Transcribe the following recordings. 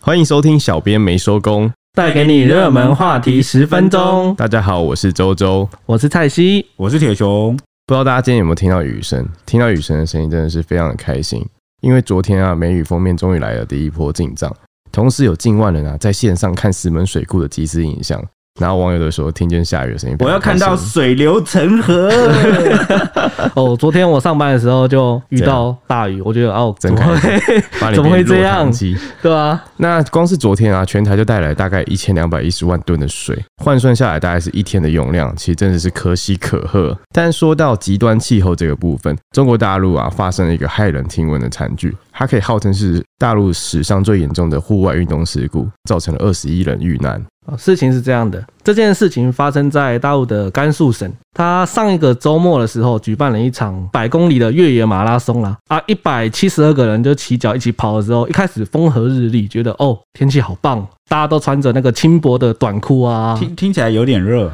欢迎收听《小编没收工》，带给你热门话题十分钟。大家好，我是周周。我是蔡西，我是铁熊，不知道大家今天有没有听到雨声？听到雨声的声音真的是非常的开心，因为昨天啊，梅雨封面终于来了第一波进账，同时有近万人啊在线上看石门水库的即时影像，然后网友都说听见下雨的声音，我要看非到常开心水流成河。哦，昨天我上班的时候就遇到大雨，我觉得哦，真开心怎么会把你怎么会这变落汤样鸡 对啊，那光是昨天啊，全台就带来大概一千两百一十万吨的水，换算下来大概是一天的用量，其实真的是可喜可贺。但说到极端气候这个部分，中国大陆啊发生了一个骇人听闻的惨剧，它可以号称是大陆史上最严重的户外运动事故，造成了二十一人遇难。哦事情是这样的，这件事情发生在大陆的甘肃省，他上一个周末的时候举办了一场百公里的越野马拉松啦，啊，一百七十二个人就骑脚一起跑的时候，一开始风和日丽，觉得哦天气好棒，大家都穿着那个轻薄的短裤啊，听听起来有点热，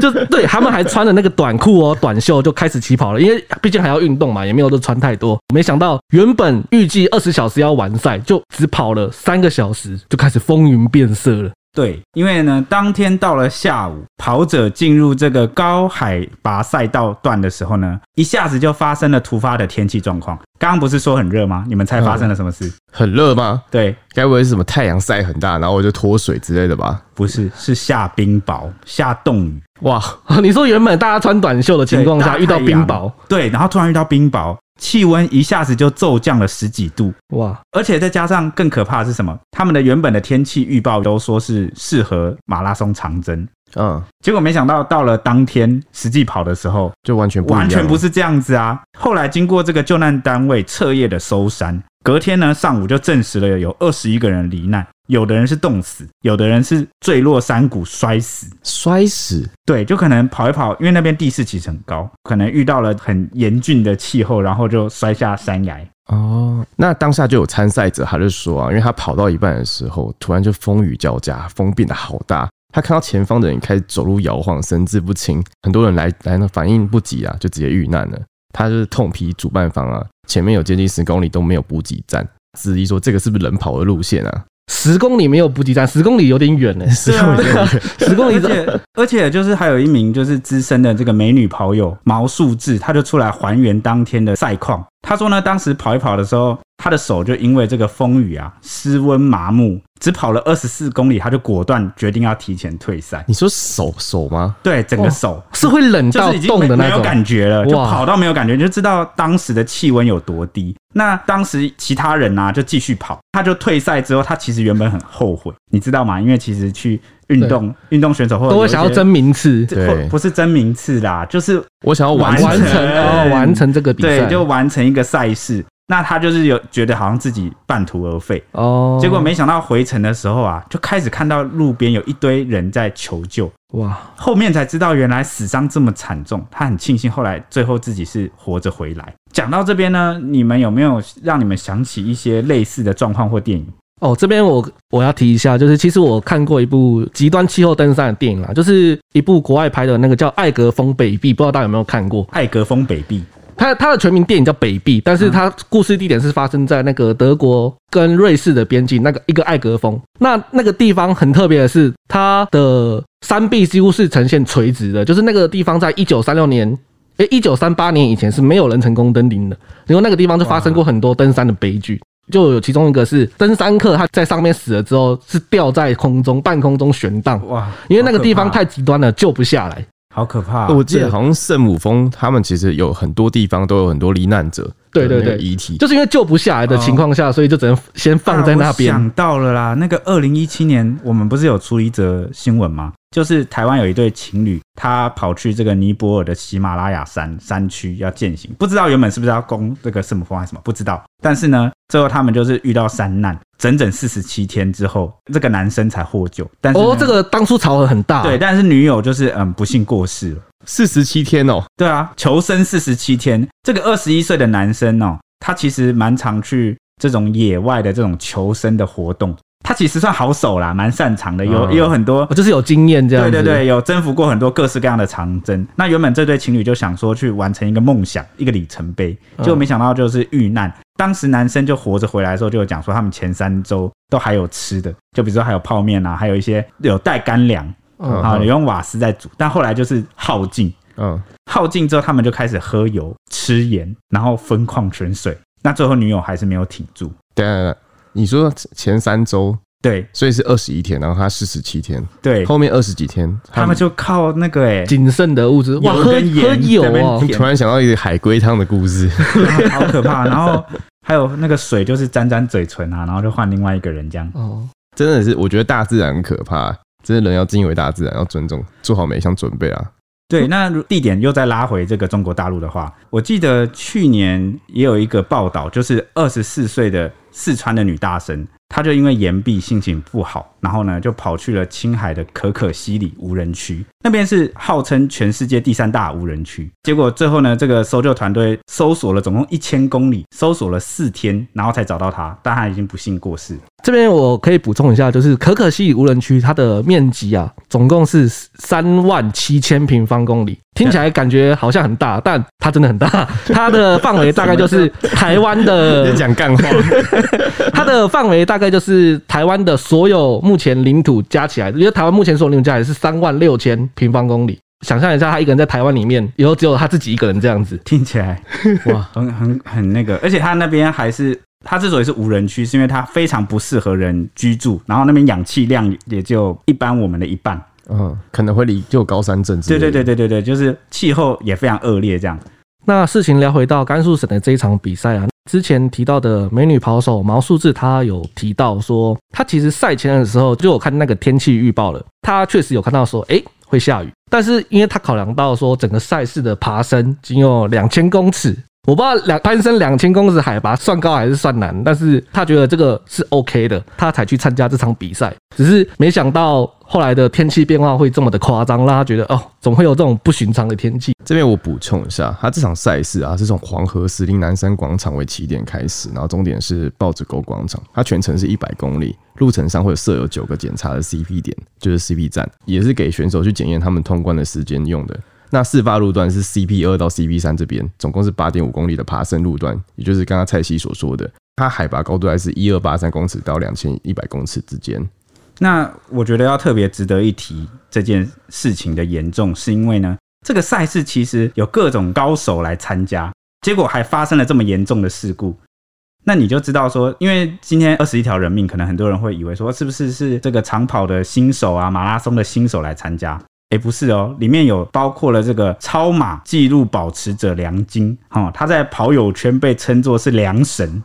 就对他们还穿着那个短裤哦、短袖就开始起跑了，因为毕竟还要运动嘛，也没有都穿太多。没想到原本预计二十小时要完赛，就只跑了三个小时，就开始风云变色了。对，因为呢，当天到了下午，跑者进入这个高海拔赛道段的时候呢，一下子就发生了突发的天气状况。刚刚不是说很热吗？你们猜发生了什么事？很热吗？对，该不会是什么太阳晒很大，然后我就脱水之类的吧？不是，是下冰雹、下冻雨哇，你说原本大家穿短袖的情况下对遇到大太冰阳雹，对，然后突然遇到冰雹，气温一下子就骤降了十几度，哇，而且再加上更可怕的是什么？他们的原本的天气预报都说是适合马拉松长征，嗯，结果没想到到了当天实际跑的时候，就完全不一样完全不是是这样子啊！后来经过这个救难单位彻夜的搜山，隔天呢上午就证实了有二十一个人罹难，有的人是冻死，有的人是坠落山谷摔死。摔死。对，就可能跑一跑，因为那边地势其实很高，可能遇到了很严峻的气候，然后就摔下山崖。哦，那当下就有参赛者，他就说啊，因为他跑到一半的时候，突然就风雨交加，风变得好大。他看到前方的人开始走路摇晃，神志不清，很多人来来呢反应不及啊，就直接遇难了。他就是痛批主办方啊，前面有接近十公里都没有补给站，质疑说这个是不是人跑的路线啊？十公里没有补给站，十公里有点远欸呢、 是啊十公里 而且而且就是还有一名就是资深的这个美女跑友毛素志，她就出来还原当天的赛况。她说呢，当时跑一跑的时候，她的手就因为这个风雨啊失温麻木，只跑了二十四公里，她就果断决定要提前退赛。你说手手吗？对，整个手。是会冷就到是已经冻没的没那有种。感觉了，就哇跑到没有感觉，你就知道当时的气温有多低。那当时其他人啊就继续跑，他就退赛之后，他其实原本很后悔，你知道吗？因为其实去运动运动选手或者都有会一些想要争名次，这对或不是争名次啦，就是我想要完完成完成哦，完成这个比赛，对，就完成一个赛事。那他就是有觉得好像自己半途而废，哦，结果没想到回程的时候啊，就开始看到路边有一堆人在求救，哇，后面才知道原来死伤这么惨重。他很庆幸后来最后自己是活着回来。讲到这边呢，你们有没有让你们想起一些类似的状况或电影？哦，这边我我要提一下，就是其实我看过一部极端气候登山的电影啦，就是一部国外拍的那个叫《艾格峰北壁》，不知道大家有没有看过？艾格峰北壁，它它的全名电影叫《北壁》，但是它故事地点是发生在那个德国跟瑞士的边境，那个一个艾格峰。那那个地方很特别的是，它的山壁几乎是呈现垂直的，就是那个地方在一九三六年。诶，一九三八年以前是没有人成功登顶的，然后那个地方就发生过很多登山的悲剧，就有其中一个是登山客他在上面死了之后是吊在空中半空中悬荡，哇，因为那个地方太极端了，救不下来。好可怕，好啊可怕我记得好像圣母峰，他们其实有很多地方都有很多罹难者，对对那个对遗体。就是因为救不下来的情况下，所以就只能先放在那边。啊我想到了啦，那个二零一七年，我们不是有出一则新闻吗？就是台湾有一对情侣，他跑去这个尼泊尔的喜马拉雅山山区要践行，不知道原本是不是要攻这个圣母峰还是什么，不知道。但是呢，最后他们就是遇到山难，整整四十七天之后，这个男生才获救。但是呢哦，这个当初潮和很大，对，，但是女友就是嗯不幸过世了。四十七天哦，对啊，求生四十七天，这个二十一岁的男生哦，他其实蛮常去这种野外的这种求生的活动。他其实算好手啦，蛮擅长的，有嗯也有很多哦就是有经验这样对子。对对，有征服过很多各式各样的长征。那原本这对情侣就想说去完成一个梦想，一个里程碑，嗯结果没想到就是遇难。当时男生就活着回来的时候，就有讲说他们前三周都还有吃的，就比如说还有泡面啊，还有一些有带干粮，嗯啊，有用瓦斯在煮。但后来就是耗尽，嗯，耗尽之后他们就开始喝油、吃盐，然后疯矿泉水。那最后女友还是没有挺住，等一下等一下，你说前三周，对所以是二十一天，然后他四十七天，对，后面二十几天，他们就靠那个 哎、谨慎的物质，哇，油喝跟喝盐有在那边哦我，突然想到一个海龟汤的故事， 啊 好可怕。然后还有那个水就是沾沾嘴唇啊，然后就换另外一个人这样。哦，真的是我觉得大自然很可怕，真的人要敬畏大自然，要尊重，做好每一项准备啊。对，那如地点又再拉回这个中国大陆的话，我记得去年也有一个报道，就是二十四岁的四川的女大生，她就因为岩壁心情不好，然后呢就跑去了青海的可可西里无人区，那边是号称全世界第三大无人区。结果最后呢，这个搜救团队搜索了总共一千公里，搜索了四天，然后才找到她，但她已经不幸过世。这边我可以补充一下，就是可可西里无人区它的面积啊，总共是三万七千平方公里，听起来感觉好像很大，但它真的 很大，它的范围大概就是台湾呃在的讲干话， 它的范围大概就是台湾的所有目前领土加起来，因为台湾目前所有领土加起来是三万六千平方公里。想象一下，他一个人在台湾里面，以后只有他自己一个人这样子。听起来哇哇，很很很那个，而且它那边还是它之所以是无人区，是因为它非常不适合人居住，然后那边氧气量也就一般我们的一半。嗯，可能会离就高山症之对类的对对，对对对，就是气候也非常恶劣，这样那事情聊回到甘肃省的这一场比赛啊，之前提到的美女跑手毛素志，她有提到说，她其实赛前的时候就有看那个天气预报了，她确实有看到说，诶会下雨，但是因为她考量到说整个赛事的爬升仅有两千公尺。我不知道两攀升两千公尺海拔算高还是算难，但是她觉得这个是 OK 的，她才去参加这场比赛。只是没想到后来的天气变化会这么的夸张，让她觉得哦，怎么会有这种不寻常的天气？这边我补充一下，他这场赛事啊是从黄河石林南山广场为起点开始，然后终点是豹子沟广场，它全程是一百公里，路程上会有设有九个检查的 CP 点，就是 CP 站，也是给选手去检验他们通关的时间用的。那事发路段是 CP 二到 CP 三这边，总共是八点五公里的爬升路段，也就是刚刚蔡西所说的，它海拔高度还是一二八三公尺到两千一百公尺之间。那我觉得要特别值得一提这件事情的严重，是因为呢，这个赛事其实有各种高手来参加，结果还发生了这么严重的事故。那你就知道说，因为今天二十一条人命，可能很多人会以为说，是不是是这个长跑的新手啊，马拉松的新手来参加？诶，不是哦，里面有包括了这个超马纪录保持者梁晶，哈、哦，他在跑友圈被称作是梁神，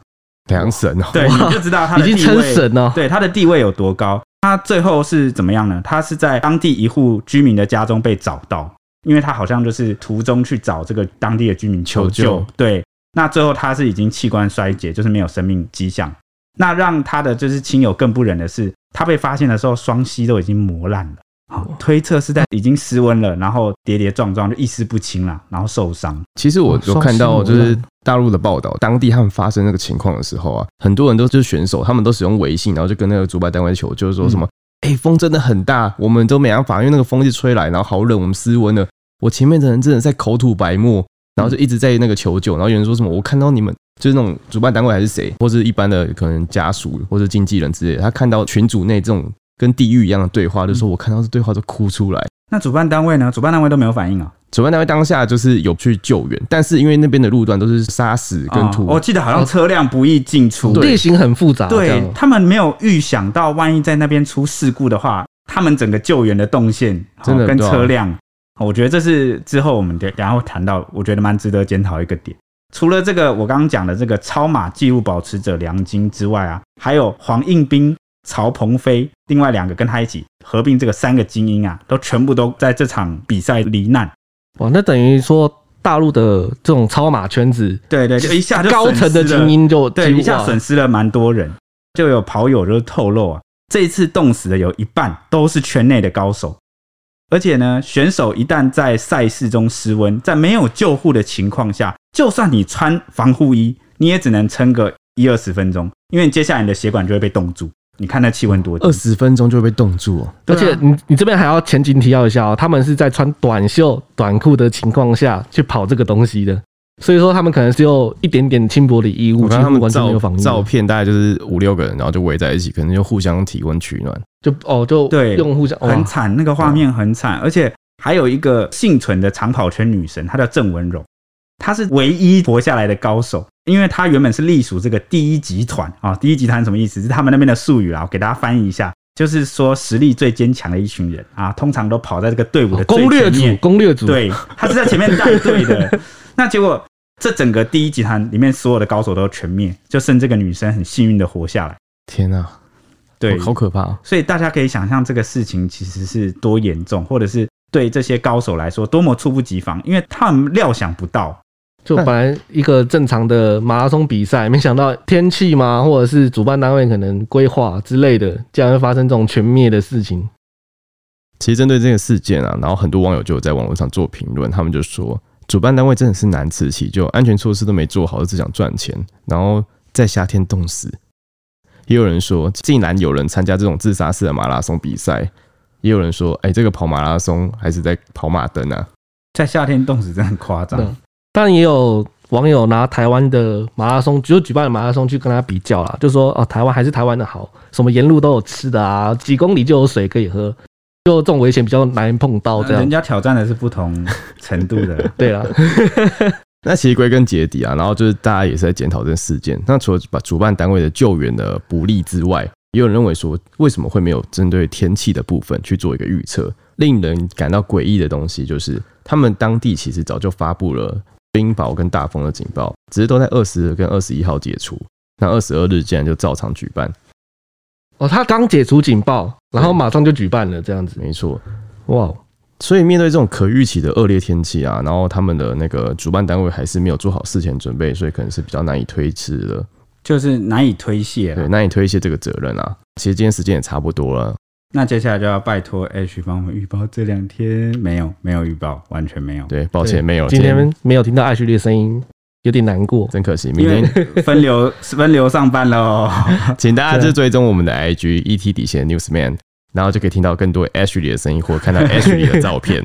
梁神哦，对，你就知道他已的经地撑位神哦了。对他的地位有多高？他最后是怎么样呢？他是在当地一户居民的家中被找到，因为他好像就是途中去找这个当地的居民求救。求救对，那最后他是已经器官衰竭，就是没有生命迹象。那让他的就是亲友更不忍的是，他被发现的时候双膝都已经磨烂了。好推测是在已经失温了，然后跌跌撞撞就意识不清了，然后受伤。其实我哦有双看星到，模就是样大陆的报道，当地他们发生那个情况的时候啊，很多人都就是选手，他们都使用微信，然后就跟那个主办单位求救，说什嗯么：“哎、风真的很大，我们都没办法，因为那个风一直吹来，然后好冷，我们失温了。我前面的人真的在口吐白沫，然后就一直在那个求救，然后有人说什么：我看到你们。”就是那种主办单位还是谁，或是一般的可能家属或者经纪人之类的，他看到群组内这种跟地狱一样的对话，就说我看到这对话都哭出来。那主办单位呢？主办单位都没有反应啊。主办单位当下就是有去救援，但是因为那边的路段都是沙石跟哦土，啊我记得好像车辆不易进出，地形很复杂，这对样他们没有预想到，万一在那边出事故的话，他们整个救援的动线，哦真的跟对啊车辆，哦我觉得这是之后我们等等一下会谈到，我觉得蛮值得检讨一个点。除了这个我刚刚讲的这个超马纪录保持者梁晶之外啊，还有黄应斌、曹鹏飞，另外两个跟他一起合并这个三个精英啊，都全部都在这场比赛罹难。哇，那等于说大陆的这种超马圈子，对对，就一下就高层的损失了精英就对，几乎啊一下哇损失了蛮多人，就有跑友就是透露啊，这一次冻死的有一半都是圈内的高手，而且呢，选手一旦在赛事中失温，在没有救护的情况下，就算你穿防护衣，你也只能撑个一二十分钟，因为接下来你的血管就会被冻住。你看那气温多低二，十分钟就会被冻住哦。而对啊且你你这边还要前情提要一下哦，他们是在穿短袖短裤的情况下去跑这个东西的，所以说他们可能只有一点点轻薄的衣物，我几看他乎们完全没照有防御，照片大概就是五六个人，然后就围在一起，可能就互相体温取暖。就哦就对用户讲很惨，那个画面很惨，而且还有一个幸存的长跑圈女神，她叫郑文荣，她是唯一活下来的高手，因为她原本是隶属这个第一集团啊、第一集团什么意思？是他们那边的术语啦，我啊给大家翻译一下，就是说实力最坚强的一群人啊，通常都跑在这个队伍的最攻略前面组攻略组，对，他是在前面带队 的。那结果这整个第一集团里面所有的高手都全灭，就剩这个女生很幸运的活下来。天啊，对，好可怕、哦！所以大家可以想象这个事情其实是多严重，或者是对这些高手来说多么猝不及防，因为他们料想不到。就本来一个正常的马拉松比赛，没想到天气嘛，或者是主办单位可能规划之类的，竟然会发生这种全灭的事情。其实针对这个事件啊，然后很多网友就有在网络上做评论，他们就说主办单位真的是难辞其咎，安全措施都没做好，就只想赚钱，然后在夏天冻死。也有人说，竟然有人参加这种自杀式的马拉松比赛。也有人说，哎、这个跑马拉松还是在跑马灯啊？在夏天冻死真的很夸张，嗯当然也有网友拿台湾的马拉松，就举办的马拉松去跟他比较啦，就说哦，台湾还是台湾的好，什么沿路都有吃的啊，几公里就有水可以喝，就这种危险比较难碰哦到这啊啊人样。。家挑战的是不同程度的 对啊啦，那其实归根结底啊，然后就是大家也是在检讨这个事件。那除了把主办单位的救援的不力之外，也有人认为说，为什么会没有针对天气的部分去做一个预测？令人感到诡异的东西就是，他们当地其实早就发布了冰雹跟大风的警报，只是都在二十跟二十一号解除。那二十二日竟然就照常举办，哦，他刚解除警报，然后马上就举办了这样子，没错。哇，所以面对这种可预期的恶劣天气啊，然后他们的那个主办单位还是没有做好事前准备，所以可能是比较难以推迟的。就是难以推卸对，了。那你推卸这个责任啊。其实今天时间也差不多了，那接下来就要拜托 H 帮我们预报这两天没有没有预报，完全没有，对，抱歉没有，今天没有听到艾旭丽的声音，有点难过。真可惜。明因为 天分流分流上 班喽。请大家就追踪我们的 IG ET 底线 Newsman，然后就可以听到更多 Ashley 的声音，或看到 Ashley 的照片。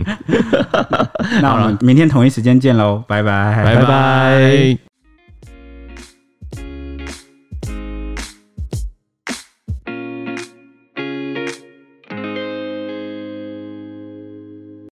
那我们明天同一时间见喽，拜拜，拜拜。